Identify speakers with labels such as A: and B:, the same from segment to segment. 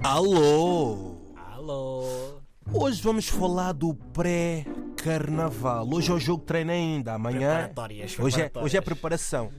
A: Alô!
B: Alô!
A: Hoje vamos falar do pré-carnaval. Hoje é o jogo de treino ainda, amanhã.
B: Preparatórias,
A: Hoje é,
B: preparatórias.
A: hoje é preparação.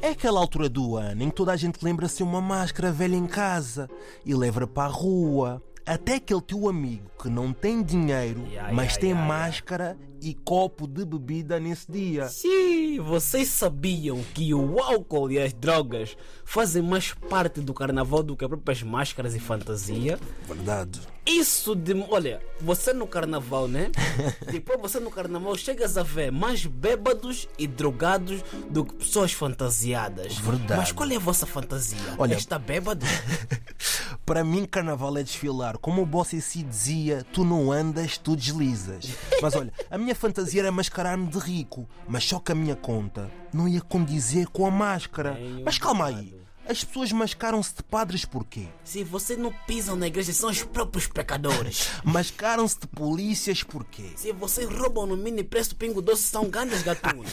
A: É aquela altura do ano em que toda a gente lembra-se de uma máscara velha em casa e leva para a rua. Até aquele teu amigo que não tem dinheiro,
B: Ya,
A: mas
B: ya,
A: tem
B: ya, ya.
A: máscara e copo de bebida nesse dia.
B: Sim, vocês sabiam que o álcool e as drogas fazem mais parte do carnaval do que as próprias máscaras e fantasia?
A: Verdade.
B: Isso de. Olha, você no carnaval, né? Depois você no carnaval chegas a ver mais bêbados e drogados do que pessoas fantasiadas.
A: Verdade.
B: Mas qual é a vossa fantasia?
A: Olha-
B: Está bêbado?
A: Para mim, carnaval é desfilar. Como o Bossa em si dizia, tu não andas, tu deslizas. Mas olha, a minha fantasia era mascarar-me de rico, mas só que a minha conta não ia condizer com a máscara.
B: Bem
A: Mas calma aí,
B: usado.
A: as pessoas mascaram-se de padres porquê?
B: Se você não pisam na igreja, são os próprios pecadores.
A: Mascaram-se de polícias porquê?
B: Se vocês roubam no mini preço do Pingo Doce, são grandes gatunos.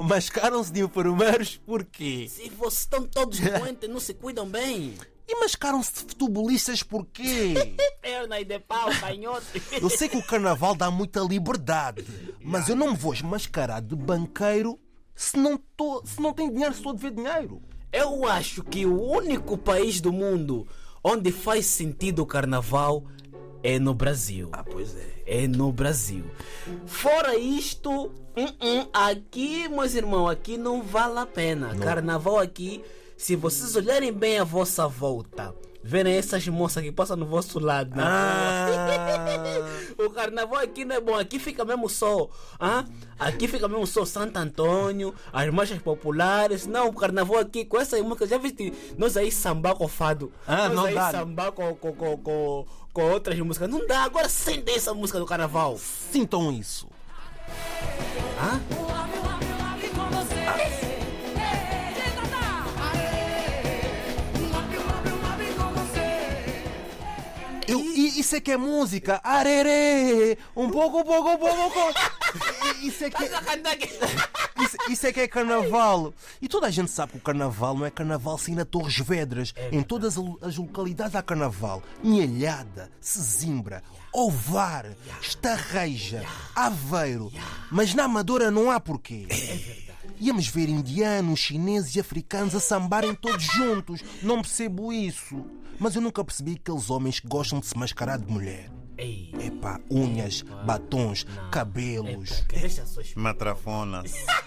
A: Mascaram-se de enfermeiros porquê?
B: Se vocês estão todos doentes, não se cuidam bem.
A: E mascaram-se de futebolistas porquê?
B: Pernas de pau, canhote.
A: Eu sei que o carnaval dá muita liberdade, mas eu não me vou esmascarar de banqueiro se não, tô, se não tem dinheiro, se estou a dever dinheiro.
B: Eu acho que o único país do mundo onde faz sentido o carnaval é no Brasil. Ah, pois é. É no Brasil. Fora isto, hum, hum, aqui, meus irmãos, aqui não vale a pena. Carnaval aqui, se vocês olharem bem a vossa volta, verem essas moças que passam no vosso lado, né? na O carnaval aqui não é bom, aqui fica mesmo só. hã? Aqui fica mesmo só Santo Antônio, as marchas populares. Não, o carnaval aqui com essas músicas, já viste? Nós aí sambar com fado.
A: Ah,
B: nós
A: não
B: aí
A: dá.
B: sambar com, com, com, com, com outras músicas. Não dá, agora sem essa música do carnaval.
A: Sintam isso.
B: Hã?
A: Eu, i- isso é que é música. Arerê! Um pouco, pouco, pouco, pouco. I- Isso é que,
B: Tá cantando aqui.
A: isso, isso é que é carnaval. E toda a gente sabe que o carnaval não é carnaval sem na Torres Vedras. em todas as lo- as localidades há carnaval. Inhalhada, Sesimbra, Ovar, Estarreja, Aveiro. Mas na Amadora não há porquê. Íamos ver indianos, chineses e africanos a sambarem todos juntos. Não percebo isso. Mas eu nunca percebi aqueles homens que gostam de se mascarar de mulher.
B: Ei,
A: Epá, unhas, batons, cabelos.
B: que deixa só explicar.
C: Matrafona.
B: Deixa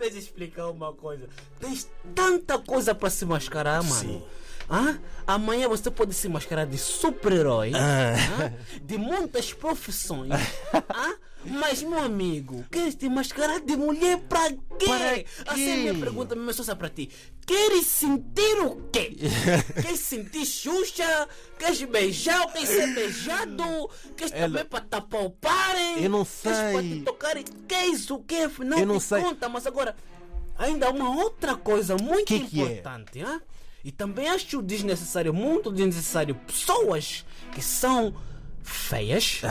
B: eu explicar uma coisa. Tens tanta coisa para se mascarar, mano. Hã? Amanhã você pode se mascarar de super-herói.
A: Ah.
B: hã? De muitas profissões. hã? Mas, meu amigo, queres te mascarar de mulher para quê?
A: Para quê?
B: Assim, a minha pergunta mesmo só para ti. Queres sentir o quê? queres sentir Xuxa? Queres beijar? Queres ser beijado? Queres também para tapar o pare?
A: Eu não
B: Queres para
A: sei.
B: te tocar? Queres o quê? Afinal,
A: Eu não
B: me
A: sei.
B: conta, mas agora ainda há uma outra coisa muito
A: Que que é?
B: importante, hã? E também acho desnecessário, muito desnecessário, pessoas que são feias.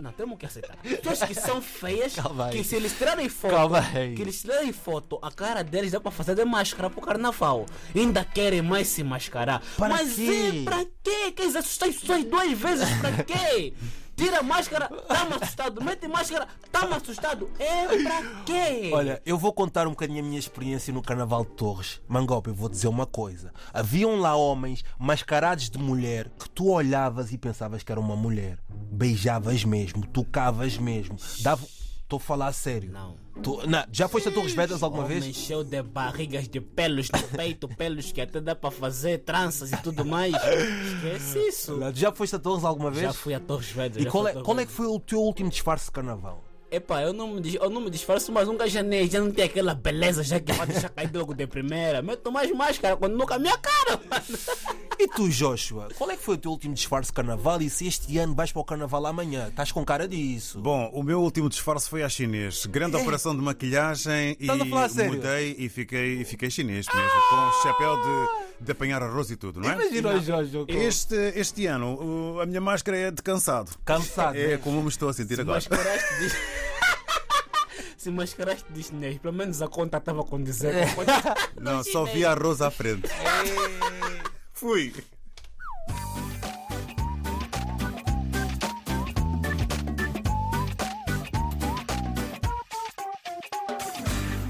B: Não, temos que aceitar. Pessoas que são feias,
A: Calma aí.
B: que se eles tirarem foto,
A: Calma aí.
B: que eles tirarem foto, a cara deles dá para fazer de máscara pro carnaval. Ainda querem mais se mascarar.
A: Para
B: Mas
A: quê?
B: é pra quê? Queres assustar as pessoas duas vezes pra quê? Tira a máscara, tá-me assustado. Mete máscara, tá-me assustado. É pra quê?
A: Olha, eu vou contar um bocadinho a minha experiência no Carnaval de Torres. Mangope, eu vou dizer uma coisa. Haviam lá homens mascarados de mulher que tu olhavas e pensavas que era uma mulher. Beijavas mesmo, tocavas mesmo. Dava... Estou a falar a sério.
B: Não.
A: Tô- não, já foste a Torres Vedras alguma
B: Homem
A: vez?
B: encheu de barrigas, de pelos no peito, pelos que até dá pra fazer tranças e tudo mais. Esquece isso.
A: Já foste a Torres alguma vez?
B: Já fui a Torres Vedras.
A: E
B: já
A: qual
B: fui
A: é,
B: a Torres
A: qual é que foi o teu último disfarce de Carnaval?
B: Epá, eu não me, dis- eu não me disfarço, mas um gajanei já não tem aquela beleza já que vai deixar cair logo de primeira. Meto mais máscara quando nunca a minha cara, mano.
A: E tu, Joshua, qual é que foi o teu último disfarce de Carnaval e se este ano vais para o Carnaval amanhã? Estás com cara disso.
C: Bom, o meu último disfarce foi à chinês. Grande operação de maquilhagem e
A: Estás a falar a sério?
C: mudei e fiquei, e fiquei chinês mesmo, com um chapéu de, de apanhar arroz e tudo, não é?
A: Imagina, Joshua. com-
C: Este, este ano o- a minha máscara é de cansado.
A: Cansado.
C: É
A: né?
C: como me estou a sentir agora.
B: Mascaraste de... Se mascaraste de chinês, pelo menos a conta
A: É.
B: estava com dizer.
A: É.
C: Não, só vi arroz à frente. Fui.